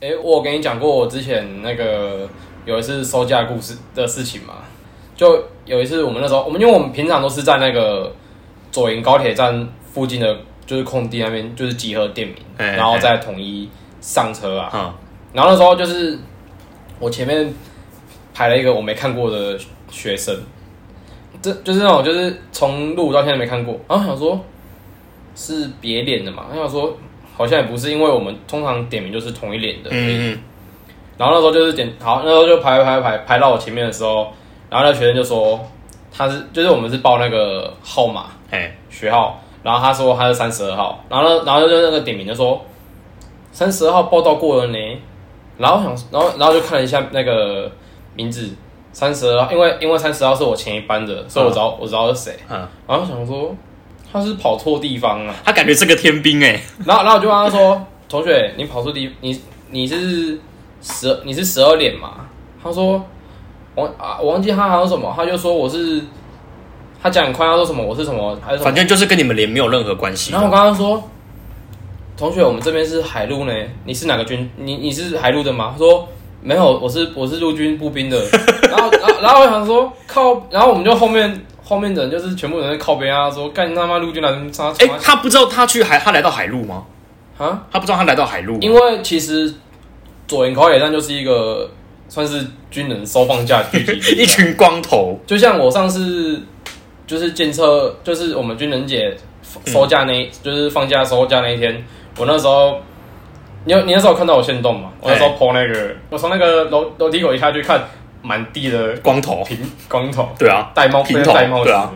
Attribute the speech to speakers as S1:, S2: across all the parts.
S1: 哎、我有跟你讲过我之前那个有一次收假故事的事情嘛，就有一次我们那时候，我们因为我们平常都是在那个左营高铁站附近的，就是空地那边，就是集合店名，
S2: 嘿嘿
S1: 然后再统一上车啊。
S2: 嗯
S1: 然后那时候就是我前面排了一个我没看过的学生，这就是那种就是从入伍到现在没看过，然后想说是别脸的嘛，然后想说好像也不是，因为我们通常点名就是同一脸的，
S2: 嗯嗯，
S1: 然后那时候就是点好，那时候就排排排排到我前面的时候，然后那学生就说他是就是我们是报那个号码，
S2: 哎，
S1: 学号，然后他说他是三十二号，然后呢然后就那个点名就说三十二号报道过了呢，然后我想然后然后就看了一下那个名字三十二，因为因为三十号是我前一班的，所以我知道、我知道是谁，
S2: 嗯，
S1: 然后想说他是跑错地方啊了、
S2: 他感觉是个天兵哎，
S1: 然后然后我就问他说同学你跑错地你你是十你是十二点嘛？他说我啊我忘记他还有什么，他就说我是。他讲很快，他说什么我是什么，还是什么
S2: 反正就是跟你们连没有任何关系。
S1: 然后我刚刚说，同学，我们这边是海陆呢，你是哪个军？你你是海陆的吗？他说没有，我是我是陆军步兵的。 然后然后然后我想说靠，然后我们就后面后面的人就是全部人在靠边啊，说干你他妈陆军来杀
S2: 哎
S1: 他，
S2: 他不知道他去海，他来到海路吗？
S1: 啊！
S2: 他不知道他来到海路吗，
S1: 因为其实左营高铁站就是一个算是军人收放假聚集地，
S2: 一群光头，
S1: 就像我上次就是监测，就是我们军人节
S2: 嗯
S1: 收假那一，就是放假收假那一天，我那时候，你有你那时候有看到我现动嘛？我那时候抛那个，我从那个楼楼梯口一下去看，满地的
S2: 光头，
S1: 平光头，
S2: 对啊，
S1: 戴帽
S2: 平
S1: 戴
S2: 头
S1: 戴帽子
S2: 对啊，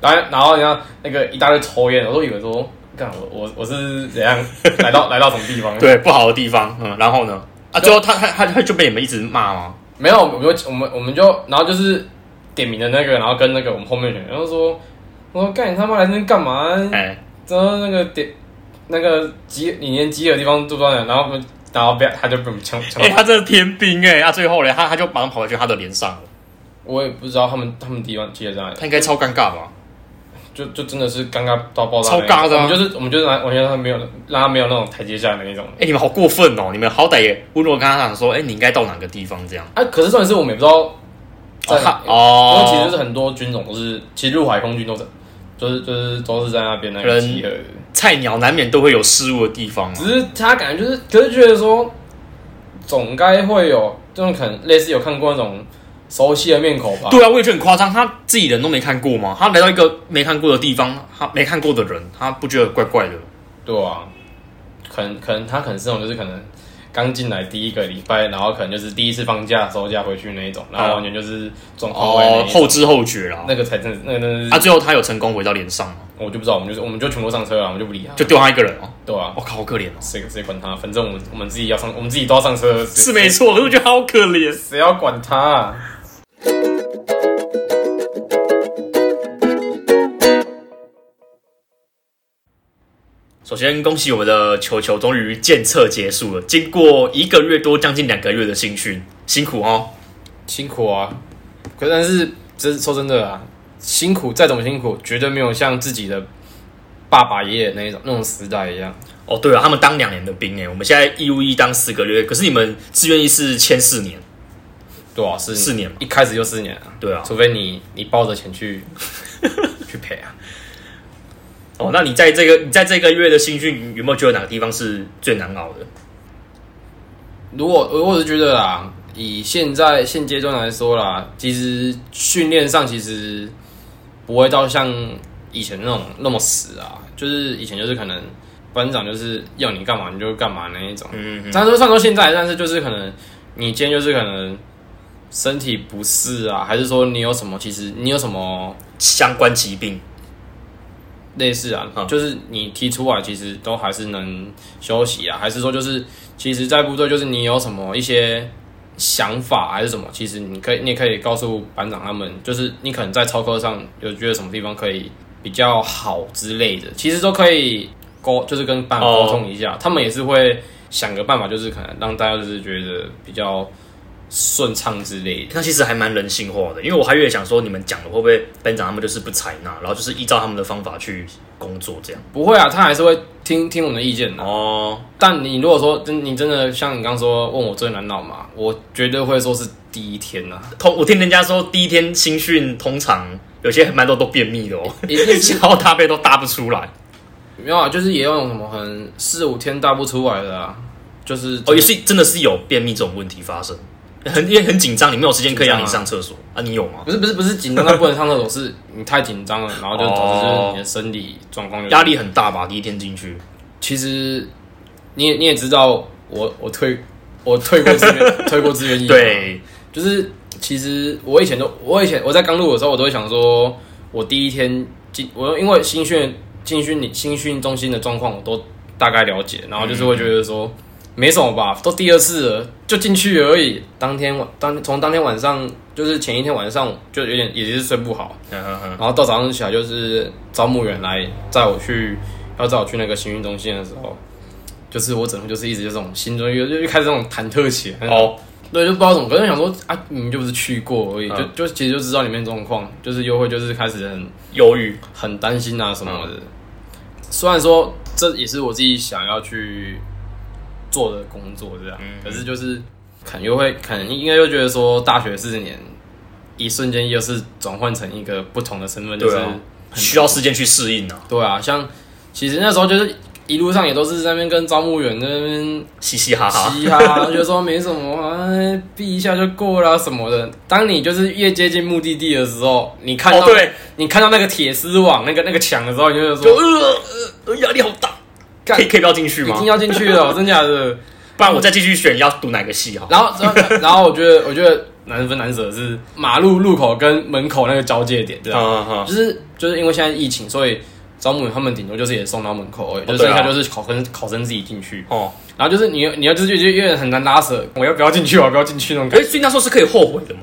S1: 然后然后人家那个一大堆抽烟，我都以为说，干我我我是怎样来到来到什么地方？，
S2: 对，不好的地方，嗯，然后呢？啊，最后他他他他就被你们一直骂吗？
S1: 没有，我们就我们我们就然后就是点名的那个，然后跟那个我们后面的人，然后说。我说干你他妈来这边干嘛？
S2: 哎，
S1: 然后那个点，那个集你连集合的地方都不知道在哪，然后我们然后被他就被我们抢抢
S2: 哎，
S1: 到，
S2: 他这天兵哎，啊，最后嘞，他他就马上跑回去他的脸上了，
S1: 我也不知道他们他们地方集合在哪里，
S2: 他应该超尴尬吧？
S1: 就就真的是尴尬到爆炸那一种，
S2: 超尬的啊
S1: 我们就是我们就是完全让他没有让他没有那种台阶下的那一种。
S2: 哎，你们好过分哦！你们好歹也温柔地跟他讲说，哎，你应该到哪个地方这样？
S1: 啊，可是重点是我们也不知道在
S2: 哦
S1: 哪里，因为
S2: 他
S1: 其实就是
S2: 哦，
S1: 很多军种都是，其实陆海空军都在，就是就是都是在那边那个
S2: 人
S1: 集合的，
S2: 菜鸟难免都会有失误的地方啊嘛。
S1: 只是他感觉就是，可是觉得说总该会有这种可能类似有看过那种熟悉的面孔吧。
S2: 对啊，我也觉得很夸张，他自己人都没看过吗？他来到一个没看过的地方，他没看过的人，他不觉得怪怪的？
S1: 对啊，可能可能他可能是那种就是可能刚进来第一个礼拜，然后可能就是第一次放假收假回去那一种，然后完全就是状况外那
S2: 啊哦，
S1: 一种
S2: 后知后觉啦。
S1: 那个才真的那个真的是、
S2: 啊，最后他有成功回到连上吗？
S1: 我就不知道，我们就是我们就全部上车了，我们就不理他，
S2: 就丢他一个人哦。
S1: 对啊，
S2: 我、靠，好可怜哦。
S1: 谁谁管他，反正我们我们自己要上，我们自己都要上车，谁
S2: 是没，错，可是我觉得他好可怜。
S1: 谁谁要管他、啊？
S2: 首先恭喜我们的球球终于检测结束了，经过一个月多，将近两个月的新训，辛苦哦。
S1: 辛苦啊，可但是真说真的啊，辛苦再怎么辛苦，绝对没有像自己的爸爸爷爷那一种那种时代一样。
S2: 哦，对了，他们当两年的兵哎，我们现在义务役当四个月，可是你们志愿役是签四年，
S1: 对啊，是
S2: 四年嘛
S1: 一开始就四年啊。
S2: 对啊。
S1: 除非你你抱着钱去去赔啊。
S2: 哦，那你在这个你在这个月的新训，有没有觉得哪个地方是最难熬的？
S1: 如果我是觉得啦，以现在现阶段来说啦，其实训练上其实不会到像以前那种那么死啊，就是以前就是可能班长就是要你干嘛你就干嘛那一种。
S2: 嗯嗯
S1: 虽然说虽然说现在，但是就是可能你今天就是可能身体不适啊，还是说你有什么其实你有什么
S2: 相关疾病，
S1: 类似啊，
S2: 嗯
S1: 就是你提出来，其实都还是能休息啊，还是说就是，其实，在部队就是你有什么一些想法还是什么，其实你可以，你也可以告诉班长他们，就是你可能在操课上有觉得什么地方可以比较好之类的，其实都可以沟，就是跟班长
S2: 哦
S1: 沟通一下，他们也是会想个办法，就是可能让大家就是觉得比较顺畅之类的。
S2: 那其实还蛮人性化的，因为我还越想说，你们讲的会不会班长他们就是不采纳，然后就是依照他们的方法去工作这样？
S1: 不会啊，他还是会听听我们的意见啊的、
S2: 哦，
S1: 但你如果说真你真的像你刚说问我最难闹嘛，我绝对会说是第一天啊 呐、
S2: 通我听人家说，第一天新训通常有些蛮多都便秘 的哦，
S1: 一定是
S2: 想要搭配都搭不出来。
S1: 没有啊，就是也有那种什么很四五天大不出来的啊，就是
S2: 哦，也是真的是有便秘这种问题发生，很因为很紧张，你没有时间可以让你
S1: 紧张
S2: 上厕所啊？你有吗？
S1: 不是不是不是紧张到不能上厕所，是你太紧张了，然后就导致就是你的生理状况就
S2: 压力很大吧？第一天进去，
S1: 其实你也你也知道我我退我退过志 愿退过志
S2: 啊
S1: 愿役，，
S2: 对，
S1: 就是其实我以前都我以前我在刚入伍的时候，我都会想说，我第一天进我因为新训进训你新训中心的状况我都大概了解，然后就是会觉得说。没什么吧，都第二次了，就进去而已。当天晚当从当天晚上，就是前一天晚上就有点也是睡不好，
S2: 嗯嗯嗯，
S1: 然后到早上起来就是招募员来载我去，要载我去那个行运中心的时候，就是我整个就是一直就这种心中又又开始这种忐忑起来。
S2: 哦，
S1: 对，就不知道怎么，可是想说啊，你们就不是去过而已，
S2: 嗯
S1: 就就其实就知道里面状况，就是又会就是开始很
S2: 忧郁，
S1: 很担心啊什么
S2: 嗯
S1: 的。虽然说这也是我自己想要去做的工作这样，
S2: 嗯
S1: 可是就是可能又会可能应该又觉得说大学四年，一瞬间又是转换成一个不同的身份，就是
S2: 对啊需要时间去适应啊，
S1: 对啊，像其实那时候就是一路上也都是在那边跟招募员在那边
S2: 嘻嘻哈哈，
S1: 嘻哈，就说没什么，哎，避一下就过了啊、什么的。当你就是越接近目的地的时候，你看
S2: 哦
S1: 到、
S2: 对，
S1: 你看到那个铁丝网、那个那个墙的时候，你就会
S2: 就
S1: 说哦
S2: 呃呃压力好大，
S1: 干
S2: 可以可以不要进去
S1: 一
S2: 吗
S1: 定？要进去了，真假的。
S2: 不然我再继续选要读哪个系好？
S1: 然后 然后然后我觉得我觉得难分难舍的是马路路口跟门口那个交界点，对吧、
S2: 嗯嗯
S1: 就是就是因为现在疫情，所以招募员他们顶多就是也送到门口而已，就
S2: 对啊
S1: 剩下就是考生考生自己进去。
S2: 哦，
S1: 然后就是你你要就是就有点很难拉扯，我要不要进去，我要不要进去那种感觉
S2: 哎、所以那时候是可以后悔的嘛？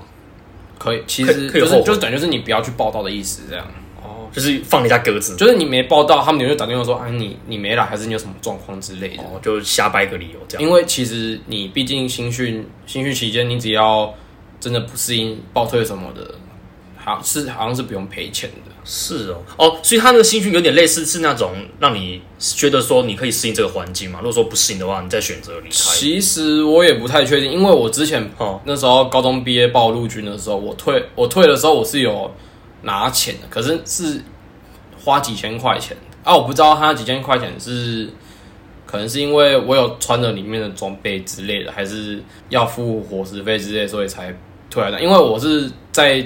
S1: 可以，其实
S2: 可以
S1: 就
S2: 后
S1: 是
S2: 悔
S1: 就是等于就是你不要去报道的意思，这样。
S2: 哦，就是放人家鸽子，
S1: 就是你没报道，他们就打电话说啊，你你没来，还是你有什么状况之类的。
S2: 哦，就瞎掰个理由这样。
S1: 因为其实你毕竟新训新训期间，你只要真的不适应报退什么的，好是好像是不用赔钱的。
S2: 是哦，哦，所以他那个新训有点类似是那种让你觉得说你可以适应这个环境嘛。如果说不适应的话，你再选择离开。
S1: 其实我也不太确定，因为我之前
S2: 哦，
S1: 那时候高中毕业报陆军的时候，我退我退的时候我是有拿钱的，可是是花几千块钱啊，我不知道他几千块钱是可能是因为我有穿着里面的装备之类的，还是要付伙食费之类，所以才退来的。因为我是在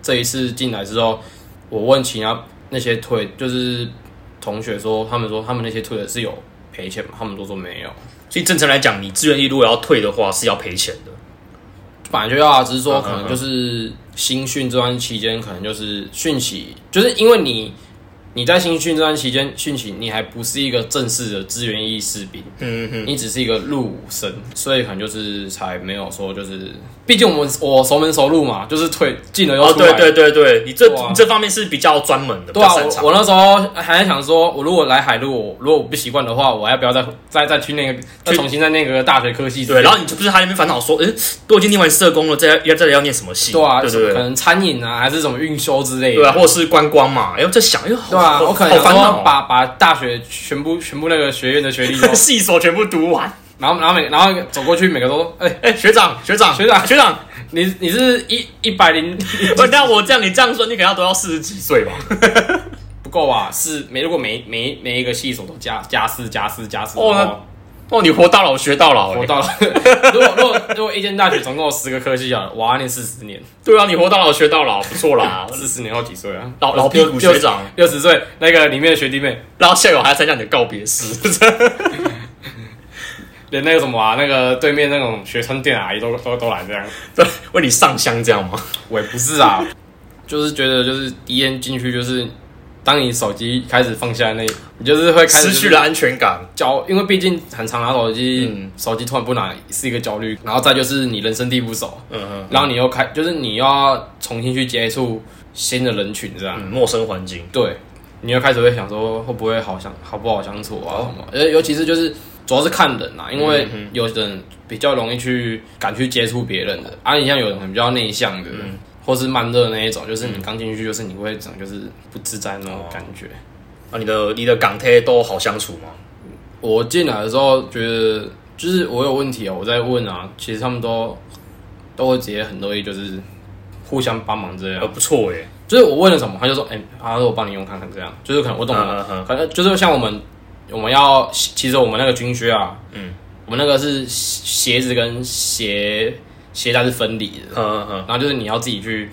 S1: 这一次进来之后，我问其他那些退就是同学说，他们说他们那些退的是有赔钱吗？他们都说没有。
S2: 所以正常来讲，你志愿役如果要退的话是要赔钱的。
S1: 本来就要啊，只是说
S2: 嗯嗯
S1: 可能就是新训这段期间，可能就是训起，就是因为你你在新训这段期间训起，你还不是一个正式的志愿役士兵，
S2: 嗯嗯，
S1: 你只是一个入伍生，所以可能就是才没有说就是，毕竟我们我熟门熟路嘛，就是退进了又
S2: 哦，
S1: 出来，
S2: 对对对对，你这、
S1: 对啊
S2: 你这方面是比较专门的，
S1: 对啊，
S2: 比较擅
S1: 我
S2: 长。
S1: 我那时候还在想说，我如果来海陆，我如果我不习惯的话，我要不要再再再去那个再重新在那个大学科系之类的
S2: 对，然后你就不是他那边烦恼说，嗯，都已经念完社工了，再要再来要念什么系？
S1: 对啊，
S2: 对
S1: 什么
S2: 对
S1: 可
S2: 对，
S1: 能餐饮啊，还是什么运修之类的，
S2: 对啊，或者是观光嘛，哎呦，在想，哎呦，好
S1: 对啊，
S2: 好
S1: 我可
S2: 好
S1: 能
S2: 烦
S1: 想
S2: 恼
S1: 说
S2: 哦，
S1: 把把大学全部全部那个学院 的学历都，
S2: 系所全部读完。
S1: 然后然后每然后走过去每个都说，哎、
S2: 哎、学长，学长，
S1: 学长
S2: 学长，
S1: 你你是一一百零
S2: 不那我这样你这样说，你可能要都要四十几 岁吧？
S1: 不够啊，是每如果每每每一个系所都加加四加四加四，
S2: 哦那
S1: 哦，
S2: 哦，你活到老学到老、欸，
S1: 活到了。如果如果如果一间大学总共有十个科系啊，哇，念四十年，
S2: 对啊，你活到老学到老，不错啦
S1: 。四十年后几岁啊？
S2: 嗯老老屁股学长，
S1: 六十岁，那个里面的学弟妹，
S2: 然后校友还要参加你的告别式，
S1: 连那个什么啊，那个对面那种学生店阿姨都都都来这样。
S2: 对，为你上香这样吗？
S1: 我也不是 啊，就是觉得就是第一天进去就是，当你手机开始放下那，你就是会开始
S2: 失去了安全感。
S1: 焦，因为毕竟很常拿手机，
S2: 嗯
S1: 手机突然不拿是一个焦虑，然后再就是你人生地不熟，
S2: 嗯
S1: 然后你又开就是你又要重新去接触新的人群这样，
S2: 嗯，陌生环境，
S1: 对，你又开始会想说会不会好相好不好相处啊什么，尤、尤其是就是主要是看人啦，因为
S2: 嗯嗯
S1: 有的人比较容易去敢去接触别人的，啊，你像有人可能比较内向的，
S2: 嗯
S1: 或是慢热那一种，就是你刚进去就是你会整个就是不自在那种感觉。
S2: 啊那你的你的港铁都好相处吗？
S1: 我进来的时候觉得，就是我有问题啊，我在问啊，其实他们都都会直接很乐意，就是互相帮忙这样
S2: 呃，。不错耶，
S1: 就是我问了什么，他就说，哎、他说我帮你用看看这样，就是可能我懂了，
S2: 嗯嗯嗯
S1: 可能就是像我们我们要，其实我们那个军靴啊，
S2: 嗯，
S1: 我们那个是鞋子跟鞋鞋带是分离的，
S2: 嗯嗯
S1: 然后就是你要自己去，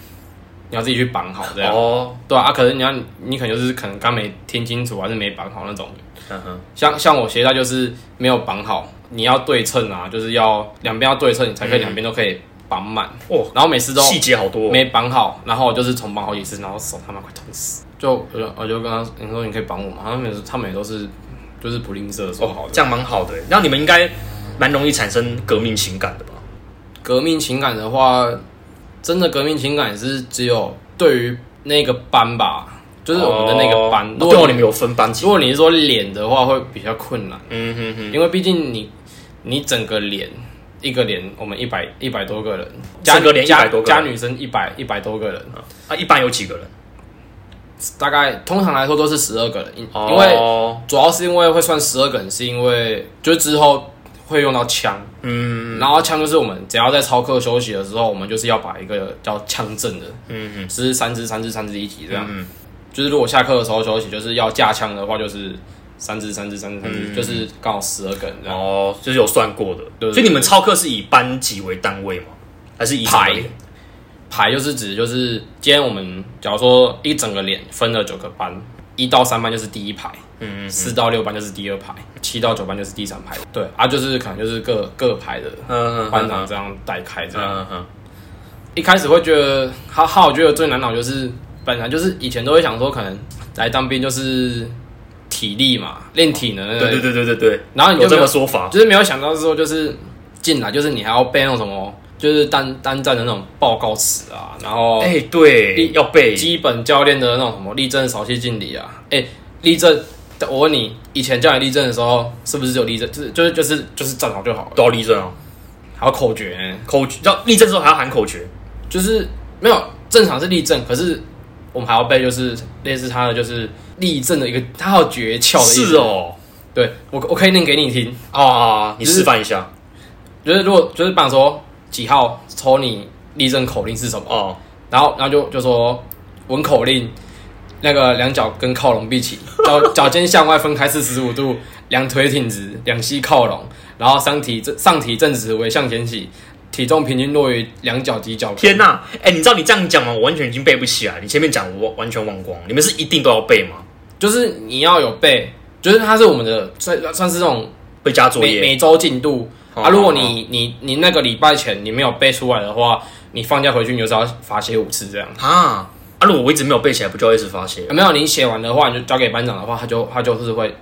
S1: 你要自己去绑好这
S2: 嗯，
S1: 样，
S2: 哦，
S1: 对啊，啊可能你要你可能就是可能刚没听清楚还是没绑好那种，
S2: 嗯哼，
S1: 像像我鞋带就是没有绑好，你要对称啊，就是要两边要对称，你才可以两边都可以绑满。
S2: 哦，
S1: 然后每次都
S2: 嗯细节好多哦，
S1: 没绑好，然后我就是重绑好几次，然后手他妈快痛死。就我就我就跟他你说你可以绑我吗？他们也是他们也都是就是不吝啬说好
S2: 哦，
S1: 的。
S2: 这样蛮好的耶，那你们应该蛮容易产生革命情感的吧？
S1: 革命情感的话，真的革命情感是只有对于那个班吧，就是我们的那个班。
S2: 哦
S1: 如
S2: 对哦，
S1: 果你
S2: 你们有分班级
S1: 如，果你是说脸的话，会比较困难。
S2: 嗯哼哼，
S1: 因为毕竟你你整个连一个连，我们一百一百多个人，加
S2: 整个连
S1: 加
S2: 100多个人
S1: 加女生一百一百多个人，
S2: 啊，一般有几个人？
S1: 大概通常来说都是十二个人，因因为
S2: 哦，
S1: 主要是因为会算十二个人，是因为就是之后会用到枪，
S2: 嗯
S1: 然后枪就是我们只要在操课休息的时候，我们就是要把一个叫枪阵的，
S2: 嗯嗯
S1: 是三支三支三支一起这样，
S2: 嗯
S1: 就是如果下课的时候休息，就是要架枪的话，就是三支三支三支三支，就是刚好十二个人这
S2: 嗯，
S1: 样。
S2: 哦，就是有算过的，
S1: 对对
S2: 所以你们操课是以班级为单位吗？还是以
S1: 排
S2: 什么
S1: 排就是指就是今天我们假如说一整个连分了九个班，一到三班就是第一排，
S2: 嗯，
S1: 四到六班就是第二排，七到九班就是第三排。对啊，就是可能就是各各排的
S2: 嗯嗯，
S1: 班长这样带开这样。
S2: 嗯嗯
S1: 一开始会觉得，哈哈，我觉得最难搞就是本来就是以前都会想说，可能来当兵就是体力嘛，练体能。
S2: 嗯，对对对对对对，
S1: 然后你就
S2: 有这
S1: 没有
S2: 个说法，
S1: 就是没有想到说，就是进来就是你还要背那种什么，就是单单站的那种报告词啊，然后
S2: 哎，对，要背，
S1: 基本教练的那种什么立正、扫气、敬礼啊。哎、立正，我问你，以前叫你立正的时候，是不是只有立正？就是就是就是就是站好就好了，
S2: 都要立正哦，
S1: 还有口诀、
S2: 口诀，要立正之后还要喊口诀，
S1: 就是没有正常是立正，可是我们还要背，就是类似他的就是立正的一个，他还有诀窍的意思。
S2: 是，哦，
S1: 对我我可以念给你听，
S2: 啊，你
S1: 就是
S2: 示范一下
S1: 就是如果就是帮说几号抽你立正口令是什么，
S2: 哦，
S1: 然后然后就就说闻口令，那个两脚跟靠拢闭起，脚脚尖向外分开四十五度，两腿挺直，两膝靠拢，然后上体正上体正直为向前起，体重平均落于两脚及脚跟。
S2: 天呐、哎、你知道你这样讲吗？我完全已经背不起来。你前面讲我完全忘光，你们是一定都要背吗？
S1: 就是你要有背，就是它是我们的算算是这种
S2: 会加作
S1: 每
S2: 业
S1: 每周进度
S2: 哦
S1: 啊。如果你你你那个礼拜前你没有背出来的话，你放假回去你就是要罚写五次这样。
S2: 啊啊！如果我一直没有背起来，不就要一直发泄？
S1: 没有你写完的话，你就交给班长的话，他就他就是会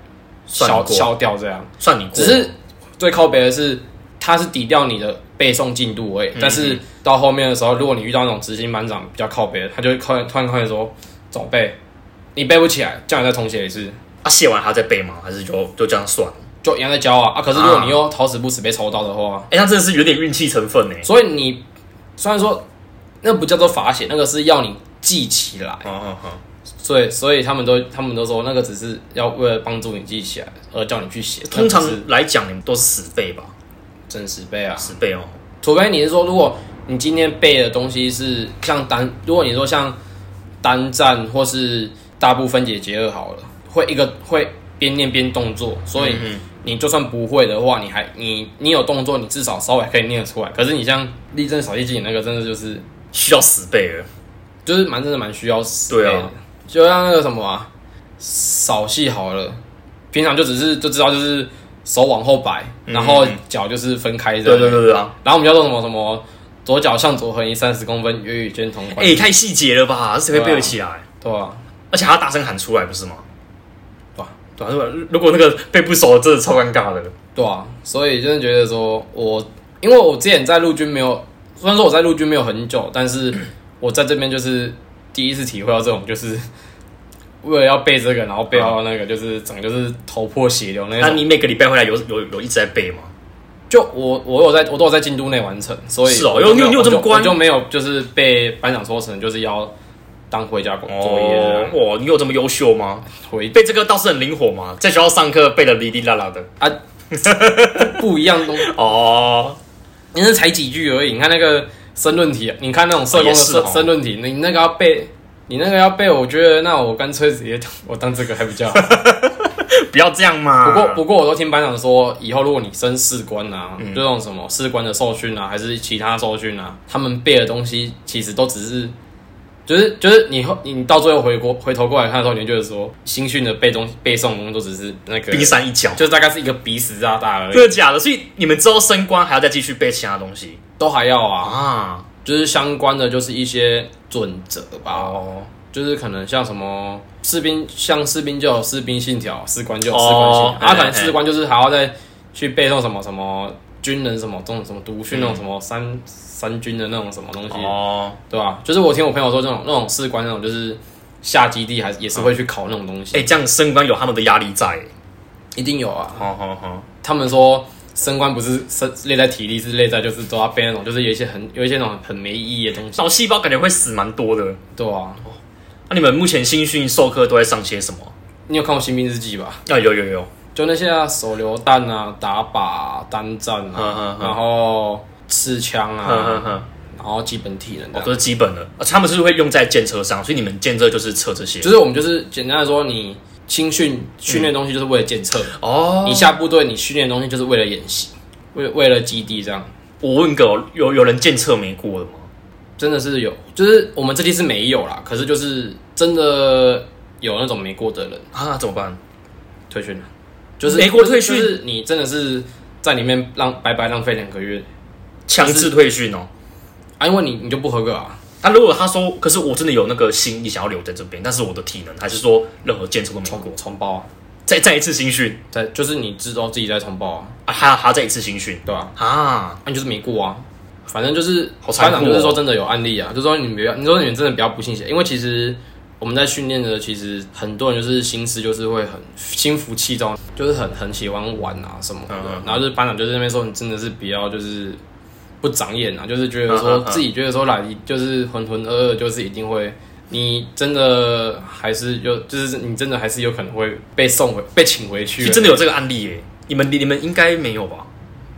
S2: 算你
S1: 消
S2: 过，
S1: 消掉这样。
S2: 算你过。
S1: 只是最靠北的是，它是抵掉你的背诵进度
S2: 嗯
S1: 而已。但是到后面的时候，如果你遇到那种执行班长比较靠北的，他就会突然突然开始说：“总背，你背不起来，叫你再重写一次，
S2: 啊，写完还要再背吗？还是就就这样算？
S1: 就一样在教啊。”啊，可是如果你又好死不死被抽到的话，
S2: 哎、那真的是有点运气成分呢。
S1: 所以你虽然说那不叫做罚写，那个是要你记起来。
S2: 哦哦哦，
S1: 所以所以他们都他们都说那个只是要为了帮助你记起来而叫你去写，
S2: 通常
S1: 那不是
S2: 来讲，你们都是死背吧？
S1: 真实背啊。
S2: 死背哦。
S1: 除非你是说，如果你今天背的东西是像单，如果你说像单站或是大部分解结合好了，会一个会边念边动作，所以
S2: 嗯
S1: 你就算不会的话，你还你你有动作，你至少稍微可以念得出来。可是你像立正扫地记那个，真的就是
S2: 需要死背了。
S1: 就是蛮真的蛮需要死背
S2: 对
S1: 的，
S2: 啊
S1: 就像那个什么啊，扫戏好了，平常就只是就知道就是手往后摆，然后脚就是分开这
S2: 嗯对
S1: 样。
S2: 对对对啊！
S1: 然后我们叫做什么什么，左脚向左横移三十公分，与与肩同宽，
S2: 哎、太细节了吧？谁会背得起来？
S1: 对啊吧？
S2: 而且还要大声喊出来，不是吗？
S1: 对啊
S2: 对啊，对啊如果那个背不熟，真的超尴尬的。
S1: 对啊，所以真的觉得说我，因为我之前在陆军没有，虽然说我在陆军 没有很久，但是我在这边就是第一次体会到这种就是 为了要背这个，然后背到那个，就是整个就是头破血流那
S2: 啊那
S1: 种。
S2: 你每个礼拜回来有有有一直在背吗？
S1: 就我我有在，我都有在京都内完成，所以
S2: 是哦
S1: 我就没
S2: 你有你有这么
S1: 我就
S2: 乖
S1: 我就没有就是被班长说成就是要当回家
S2: 哦
S1: 作业这样
S2: 哇，你有这么优秀吗？
S1: 回
S2: 背这个倒是很灵活嘛，在学校上课背的哩哩啦啦的。
S1: 啊，不一样东
S2: 哦，
S1: 你那才几句而已。你看那个申论题，啊你看那种社工的
S2: 也是
S1: 申、
S2: 哦
S1: 申论题，你那个要背，你那个要背，我觉得那我干脆直接当我当这个还比 较好。
S2: 不要这样嘛。
S1: 不过不过我都听班长说，以后如果你升士官啊，
S2: 嗯
S1: 就那种什么士官的受训啊，还是其他受训啊，他们背的东西其实都只是。就是就是你后你到最后回国回头过来看的时候，你就觉得说新训的背东背诵工作只是那个，
S2: 冰山一角，
S1: 就是大概是一个鼻屎炸大而已，
S2: 真的假的？所以你们之后升官还要再继续背其他东西
S1: 都还要啊。
S2: 啊？
S1: 就是相关的就是一些准则吧，
S2: 哦
S1: 就是可能像什么士兵，像士兵就有士兵信条，士官就有
S2: 哦
S1: 士官信条，
S2: 嘿
S1: 啊，可能
S2: 嘿
S1: 士官就是还要再去背诵什么什么军人什么这种什么读训那种什么三三军的那种什么东西，
S2: 嗯哦，
S1: 对吧、就是我听我朋友说，这种那种士官那种就是下基地还是也是会去考那种东西，
S2: 哎，这样升官有他们的压力在。
S1: 一定有啊。
S2: 好好好，
S1: 他们说升官不是升累在体力，是累在就是都要背那种，就是有一些很有一些那种很没意义的东西，
S2: 脑细胞感觉会死蛮多的。
S1: 对啊。
S2: 那你们目前新训授课都在上些什么？
S1: 你有看过《新兵日记》吧？
S2: 啊，有有有，
S1: 就那些啊，手榴弹啊、打靶啊、单战啊，
S2: 嗯嗯嗯嗯
S1: 然后刺枪啊，
S2: 哼哼哼，
S1: 然后基本体能的、
S2: 哦，都是基本的。而且他们是会用在建车上，所以你们建车就是测这些。
S1: 就是我们就是简单的说，你新训训练的东西就是为了检测，
S2: 哦，
S1: 你下部队你训练的东西就是为了演习，为为了基地这样，
S2: 我问个哦，有有人建测没过的吗？
S1: 真的是有，就是我们这期是没有啦，可是就是真的有那种没过的人
S2: 啊，怎么办？
S1: 退训了，就是
S2: 没过退训
S1: 就是就是你真的是在里面浪白白浪费两个月
S2: 强制退训哦。
S1: 啊，因为你你就不合格啊。
S2: 那、如果他说，可是我真的有那个心意想要留在这边，但是我的体能还是说任何建设都没过
S1: 重，重报啊，
S2: 再再一次新训
S1: 在就是你知道自己在重报啊，
S2: 啊，还要还要再一次新训
S1: 对吧、
S2: 啊，
S1: 那、你就是没过啊，反正就是
S2: 好残
S1: 班
S2: 酷哦
S1: 长就是说真的有案例啊，就说你们不要，你说你们真的不要不信邪，因为其实我们在训练的，其实很多人就是心思就是会很心浮气躁，就是很很喜欢玩啊什么的，
S2: 嗯嗯
S1: 然后就是班长就是那边说你真的是不要就是。不长眼啊，就是觉得
S2: 嗯
S1: 说
S2: 嗯嗯
S1: 自己觉得说来就是浑浑噩噩，就是一定会，你真的还是有，就是你真的还是有可能会被送回被请回去
S2: 就
S1: 的，
S2: 真的有这个案例耶。你们你你们应该没有吧？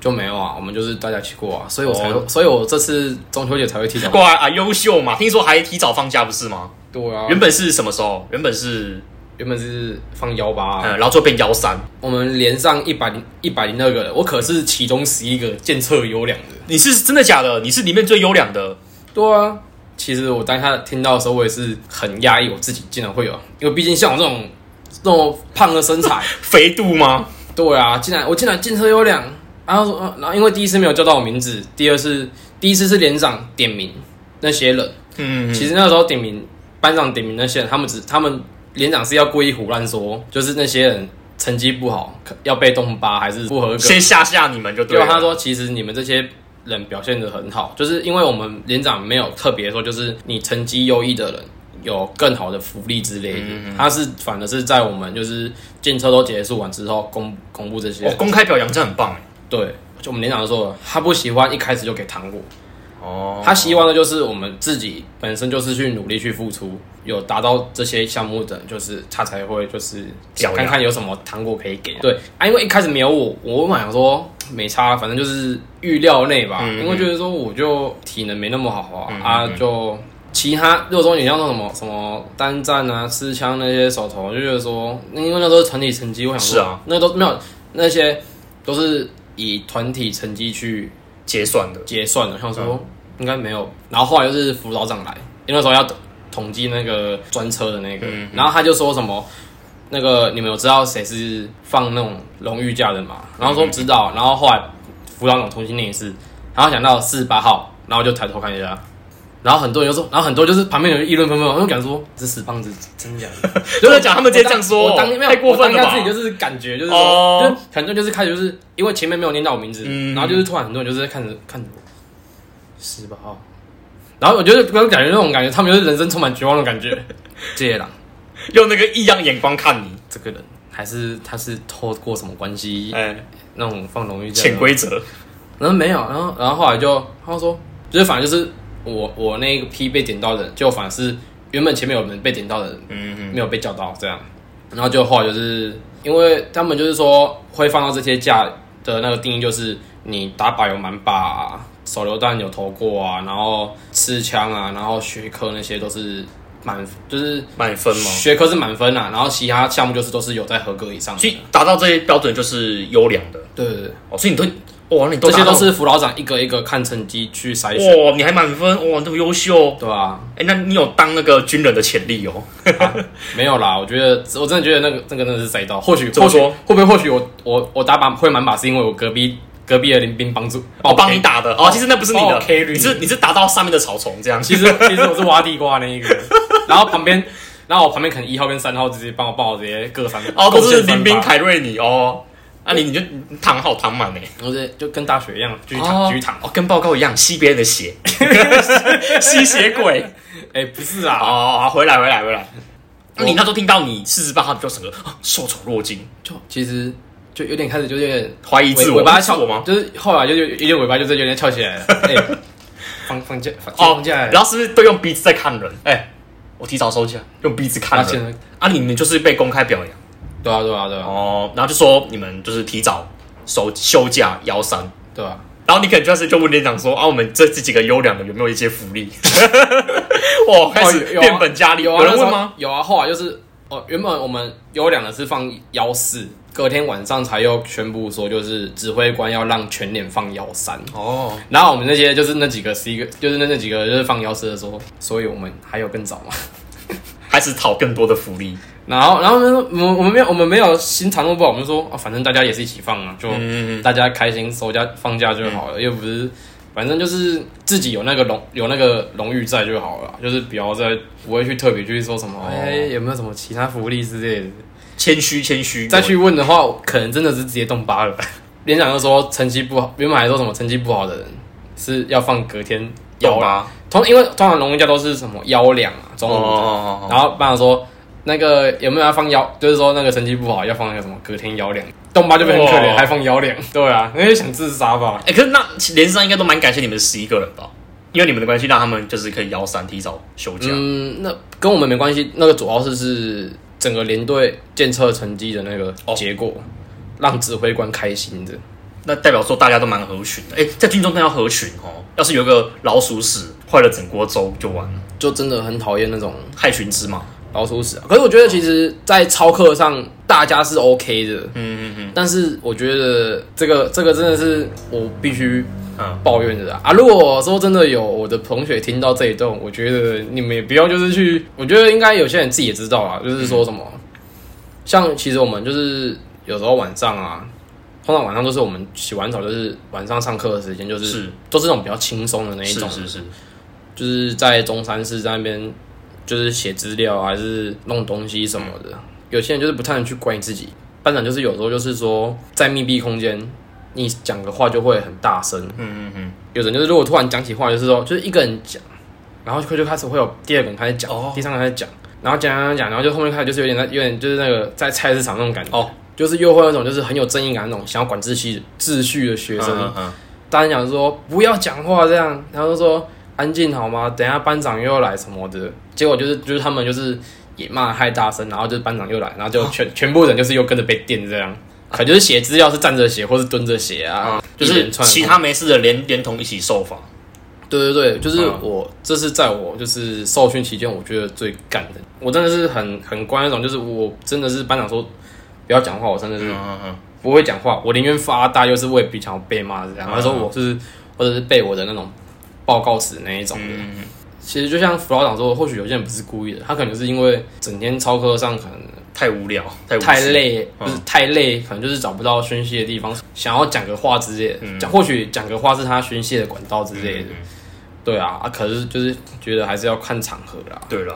S1: 就没有啊，我们就是大家一起过啊，所以我才，
S2: 哦
S1: 所以我这次中秋节才会提早。
S2: 哇啊，优秀嘛！听说还提早放假不是吗？
S1: 对啊，
S2: 原
S1: 原
S2: 本是什么时候？原本是
S1: 原本是放幺八、啊
S2: 呃，然后最后变幺三。
S1: 我们连上一百零一百零二个人，我可是其中十一个建测优良的。
S2: 你是真的假的？你是里面最优良的
S1: 对啊，其实我当下听到的时候，我也是很压抑，我自己竟然会有，因为毕竟像我这种这种胖的身 材，
S2: 肥度吗？
S1: 对啊，竟然我竟然建测优良，然后说呃然后因为第一次没有叫到我名字，第二次第一次是连长点名那些人，
S2: 嗯，
S1: 其实那时候点名班长点名那些人，他们只他们连长是要故意胡乱说，就是那些人成绩不好，可要被动八还是不合格。
S2: 先吓吓你们就对
S1: 结
S2: 了。
S1: 果他说，其实你们这些人表现的很好，就是因为我们连长没有特别说，就是你成绩优异的人。有更好的福利之类的，
S2: 嗯
S1: 他是反而是在我们就是建车都结束完之后公公布这些，
S2: 哦，公开表扬这很棒耶
S1: 对，就我们连长说了，他不喜欢一开始就给糖果，
S2: 哦
S1: 他希望的就是我们自己本身就是去努力去付出，有达到这些项目的，就是他才会就是
S2: 表扬
S1: 看看有什么糖果可以给。对啊，因为一开始没有我，我本来想说没差，反正就是预料内吧，
S2: 嗯嗯
S1: 因为觉得说我就体能没那么好啊，啊就。其他，如果说你像那种什么什么单战啊、吃枪那些手头，我就觉得说，因为那都是团体成绩，我想说，
S2: 是啊，
S1: 那都没有那些都是以团体成绩去
S2: 结算的，
S1: 结算了，想说应该没有。然后后来就是辅导长来，因为那时候要统计那个专车的
S2: 嗯
S1: 那个，然后他就说什么。那个你们有知道谁是放那种荣誉假的吗？然后说知
S2: 嗯
S1: 道，然后后来辅导长重新念一次，然后想到四十八号，然后就抬头看一下，然后很多人就说，然后很多就是旁边有人议论纷纷，我就敢说这死胖子真假 的，
S2: 真 的讲他们直接这样
S1: 我
S2: 说，
S1: 当没有
S2: 太过分
S1: 我
S2: 了
S1: 当
S2: 吧
S1: 下自？己就是感觉就是
S2: 哦
S1: 说，就是很多人就是开始就是因为前面没有念到我名字，
S2: 嗯
S1: 然后就是突然很多人就是看着看着我哦十八 号，然后我觉得我感觉那种感觉，他们就是人生充满绝望的感觉。这些人
S2: 用那个异样眼光看你，
S1: 这个人还是他是透过什么关系、
S2: 哎，
S1: 那种放荣誉假的
S2: 潜规则，
S1: 然后没有，然后然后后来就他说，就是反正就是我我那一批被点到的人，就反而是原本前面有人被点到的人，
S2: 嗯
S1: 没有被叫到这样，然后就后来就是因为他们就是说会放到这些假的那个定义就是你打靶有满靶、手榴弹有投过啊，然后刺枪啊，然后学科那些都是满就是。
S2: 满分吗？
S1: 学科是满分啊，然后其他项目就是都是有在合格以上的。
S2: 所以达到这些标准就是优良的
S1: 对对对，
S2: 哦。所以你都哇，你
S1: 这
S2: 都
S1: 些
S2: 达到
S1: 都是辅导长一个一个看成绩去筛选，
S2: 哇，你还满分哇，这么优秀，
S1: 对啊，
S2: 哎，那你有当那个军人的潜力哦。
S1: 没有啦，我觉得我真的觉得那个那个真的是塞到，或许
S2: 怎么
S1: 或许
S2: 说
S1: 会不会或许我我我打靶会满靶是因为我隔壁隔壁的林兵帮助
S2: 我
S1: 帮
S2: 帮你。打的哦，其实那不是你
S1: 帮
S2: 的
S1: 我 carry
S2: 你是你是打到上面的草丛这样。
S1: 其实其实我是挖地瓜那一个， 然后旁边然后我旁边可能一号跟三号直接帮我帮我直接各三
S2: 哦，都是
S1: 各三
S2: 林斌
S1: 把
S2: 凯瑞你哦，啊你你就你躺好躺满呢，
S1: 我是就跟大学一样继续躺
S2: 哦
S1: 继续躺。
S2: 哦，跟报告一样吸别人的血， 吸血鬼
S1: 哎，不是啊，
S2: 哦，好回来回来回来。那你那时候听到你四十八号，你就整个啊受宠若惊，
S1: 就其实就有点开始就有点
S2: 怀疑自
S1: 尾
S2: 我，
S1: 尾巴
S2: 是
S1: 翘
S2: 我吗？
S1: 就是后来就有有点尾巴就是有点翘起来了。哎，放放假放
S2: 哦
S1: 放，假来，
S2: 然后是不是都用鼻子在看人？哎，我提早收假，用鼻子
S1: 发
S2: 看
S1: 现
S2: 人
S1: 了，
S2: 啊！你们就是被公开表扬
S1: 对啊对啊对啊
S2: 哦，然后就说你们就是提早收休假幺三，
S1: 对啊。
S2: 然后你可能就是就问店长说啊，我们这这几个优良的有没有一些福利？ 哇，开始
S1: 哦有啊
S2: 变本加厉，
S1: 有啊，
S2: 人
S1: 那时
S2: 问
S1: 候
S2: 吗？？
S1: 有啊，后来就是哦，原本我们有两个是放幺四，隔天晚上才又宣布说，就是指挥官要让全脸放幺三。
S2: 哦，
S1: 然后我们那些就是那几个十一个，就是那那几个就是放幺四的时候，所以我们还有更早嘛。
S2: 开始讨更多的福利，
S1: 然后，然后呢，我们我们没有我们没有新常弄不好，我们就说啊，反正大家也是一起放啊，就
S2: 嗯
S1: 大家开心收假放假就好了，又不是，反正就是自己有那个荣有那个荣誉在就好了啊，就是不要再不会去特别去说什么，哎、有没有什么其他福利之类的，
S2: 谦虚谦虚，
S1: 再去问的话，可能真的是直接动八了。 连长就说成绩不好，原本还说什么成绩不好的人是要放隔天
S2: 有啊
S1: 幺，
S2: 吧？
S1: 通因为通常荣誉假都是什么幺两啊，中午的。
S2: 哦，
S1: 然后班长说，那个有没有要放幺，就是说那个成绩不好要放那个什么隔天幺两，东巴就变很可怜，
S2: 哇
S1: 还放幺两， 对啊，那就想自杀吧。
S2: 哎、可是那连上应该都蛮感谢你们十一个人吧？因为你们的关系，让他们就是可以摇三提早休假。
S1: 嗯，那跟我们没关系，那个主要是是整个连队检测成绩的那个
S2: 哦
S1: 结果，让指挥官开心的。
S2: 那代表说大家都蛮合群的。哎、在军中真的要合群哦，要是有一个老鼠屎坏了整锅粥就完了，
S1: 就真的很讨厌那种
S2: 害群之马。
S1: 老鼠屎、啊，可是我觉得其实，在操课上大家是 OK 的，
S2: 嗯嗯嗯
S1: 但是我觉得这个这个真的是我必须
S2: 嗯，
S1: 抱怨的啦啊！如果说真的有我的同学听到这一段，我觉得你们也不要就是去，我觉得应该有些人自己也知道啦，就是说什么，
S2: 嗯
S1: 像其实我们就是有时候晚上啊，通常晚上都是我们洗完澡就是晚上上课的时间，就是
S2: 是
S1: 都是那种比较轻松的那一
S2: 是
S1: 种，
S2: 是是，
S1: 就是在中山市在那边就是写资料啊还是弄东西什么的，有些人就是不太能去管理自己。班长就是有时候就是说在密闭空间，你讲个话就会很大声。
S2: 嗯嗯嗯。
S1: 有人就是如果突然讲起话，就是说就是一个人讲，然后就就开始会有第二个人开始讲，
S2: 哦
S1: 第三个人开始讲，然后讲讲讲，然后就后面开始就是有点在有点就是那个在菜市场那种感觉，
S2: 哦，
S1: 就是又会有一种就是很有正义感那种想要管秩序秩序的学生，
S2: 嗯嗯
S1: 大家讲说不要讲话这样，然后就说安静好吗？等一下班长又要来什么的，结果就是就是他们就是也骂得太大声，然后就是班长又来，然后就全、全部人就是又跟着被电这样。可能就是写资料是站着写，或是蹲着写啊，
S2: 嗯就
S1: 一
S2: 是
S1: 连串的
S2: 其他没事的连连同一起受罚。
S1: 对对对，就是
S2: 嗯
S1: 我、这是在我就是受训期间，我觉得最干的。我真的是很很乖那种，就是我真的是班长说不要讲话，我真的是
S2: 嗯嗯，
S1: 不会讲话，我宁愿发呆，就是未必想要被骂这样。
S2: 嗯
S1: 他说我就是或者是被我的那种报告纸那一种的。
S2: 嗯
S1: 其实就像辅导长说，或许有些人不是故意的，他可能就是因为整天操课上可能
S2: 嗯太无聊，太无
S1: 太
S2: 趣，
S1: 累，
S2: 嗯
S1: 不是太累，可能就是找不到宣泄的地方，想要讲个话之类的，讲或许讲个话是他宣泄的管道之类的。
S2: 嗯
S1: 对啊，啊，可是就是觉得还是要看场合啦，
S2: 对啦，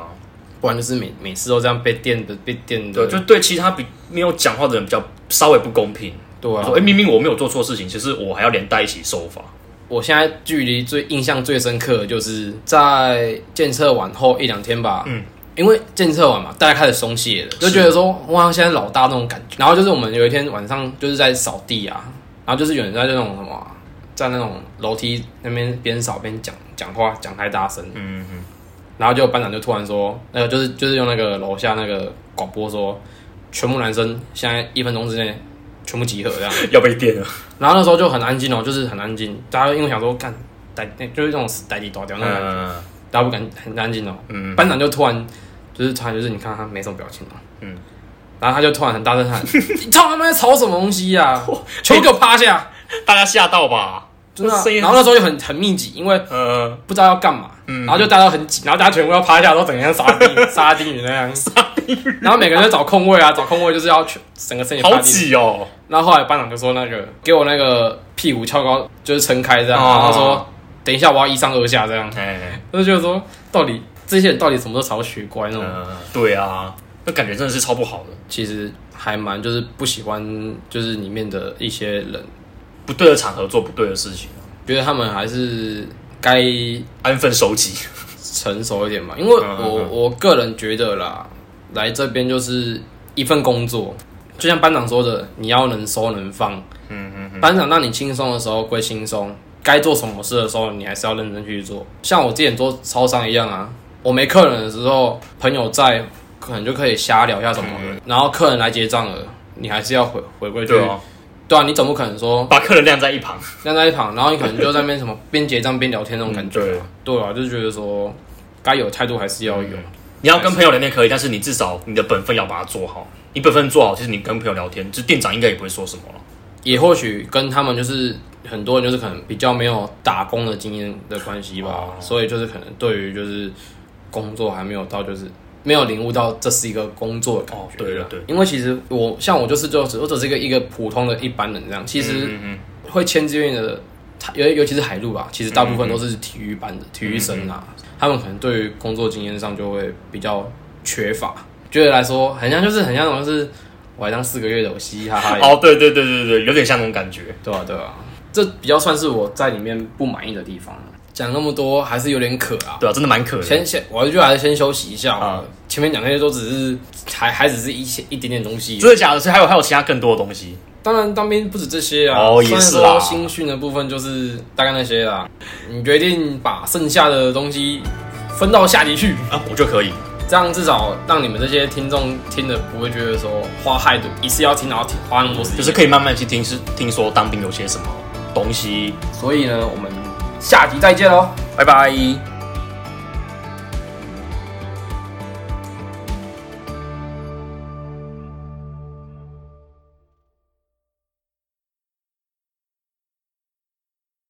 S1: 不然就是每每次都这样被电的，被电的，
S2: 对，就对其他比没有讲话的人比较稍微不公平。
S1: 对啊
S2: 说，。哎，明明我没有做错事情，其实我还要连带一起受罚。
S1: 我现在距离最印象最深刻的就是在检测完后一两天吧，
S2: 嗯，
S1: 哎、因为检测完嘛，大家开始松懈了，就觉得说哇，现在老大那种感觉。然后就是我们有一天晚上就是在扫地啊，然后就是有人在那种什么啊，在那种楼梯那边边扫边讲讲话，讲太大声，
S2: 嗯嗯，
S1: 然后就班长就突然说，那个就是就是用那个楼下那个广播说，全部男生现在一分钟之内全部集合这样。
S2: 要被电了，
S1: 然后那时候就很安静哦，就是很安静，大家因为想说干逮，就是那种死逮地倒掉那种感觉，
S2: 嗯
S1: 大家不敢很安静哦。
S2: 嗯，
S1: 班长就突然就是突然就是你看他没什么表情哦，
S2: 嗯，
S1: 然后他就突然很大声 喊：“你操他妈在吵什么东西呀、啊！全部给我趴下
S2: 大家吓到吧？！”
S1: 真的啊、
S2: 声音
S1: 然后那时候就很很密集，因为
S2: 呃，
S1: 不知道要干嘛，
S2: 嗯
S1: 然后就大家都很紧，然后大家全部要趴下，然后整个像沙丁沙丁鱼那 样，然后每个人在找空位啊，找空位就是要全整个身体趴
S2: 好
S1: 地
S2: 挤哦，
S1: 然后后来班长就说那个给我那个屁股翘高，就是撑开这样，
S2: 哦
S1: 然后说等一下我要一上二下这样，
S2: 哎，
S1: 我就觉得说到底这些人到底什么时候才会学乖那种，
S2: 呃，对啊，那感觉真的是超不好的，
S1: 其实还蛮就是不喜欢就是里面的一些人，
S2: 不对的场合做不对的事情，啊
S1: 觉得他们还是该
S2: 安分守己，
S1: 成熟一点嘛，因为我、
S2: 嗯嗯嗯
S1: 我个人觉得啦，来这边就是一份工作，就像班长说的，你要能收能放，
S2: 嗯嗯嗯，
S1: 班长让你轻松的时候归轻松，该做什么事的时候你还是要认真去做。像我之前做超商一样啊，我没客人的时候，朋友在，可能就可以瞎聊一下什么的。然后客人来结账了，你还是要回回归去。
S2: 嗯对哦，
S1: 对啊，你总不可能说
S2: 把客人晾在一旁，
S1: 站在一旁，然后你可能就在那边什么边结账边聊天那种感觉。
S2: 对。
S1: 对啊，就是觉得说该有态度还是要有。
S2: 你要跟朋友聊天可以，但是你至少你的本分要把它做好。你本分做好，其实你跟朋友聊天，就店长应该也不会说什么了。
S1: 也或许跟他们就是很多人就是可能比较没有打工的经验的关系吧，
S2: 哦
S1: 所以就是可能对于就是工作还没有到就是没有领悟到这是一个工作的感觉、
S2: 哦对了对了
S1: 因为其实我像我就是就只我只是一个一个普通的一般人这样，其实
S2: 嗯嗯
S1: 会签志愿的。尤尤其是海陆吧，其实大部分都是体育班的、体育生
S2: 嗯
S1: 啊，他们可能对于工作经验上就会比较缺乏。觉得来说，很像就是很像那种就是我还当四个月的，我嘻嘻哈 哈。
S2: 嗯，哦，对对对对对，有点像那种感觉。
S1: 对啊，对啊，这比较算是我在里面不满意的地方了。讲那么多还是有点渴啊。
S2: 对啊，真的蛮可怜。
S1: 先先，我就觉得还是先休息一下啊
S2: 啊。
S1: 前面讲那些都只是还还只是一些一点点东西。
S2: 真的假的？所以还有还有其他更多的东西。
S1: 当然，当兵不止这些啊。
S2: 哦也是
S1: 虽然说
S2: 啦
S1: 新训的部分就是大概那些啦。你决定把剩下的东西分到下集去，
S2: 啊，我就可以。
S1: 这样至少让你们这些听众听的不会觉得说花害的一次要听，然后听花那么多时间。
S2: 就是可以慢慢去听，是听说当兵有些什么东西。
S1: 所以呢，我们下集再见喽。
S2: 拜拜。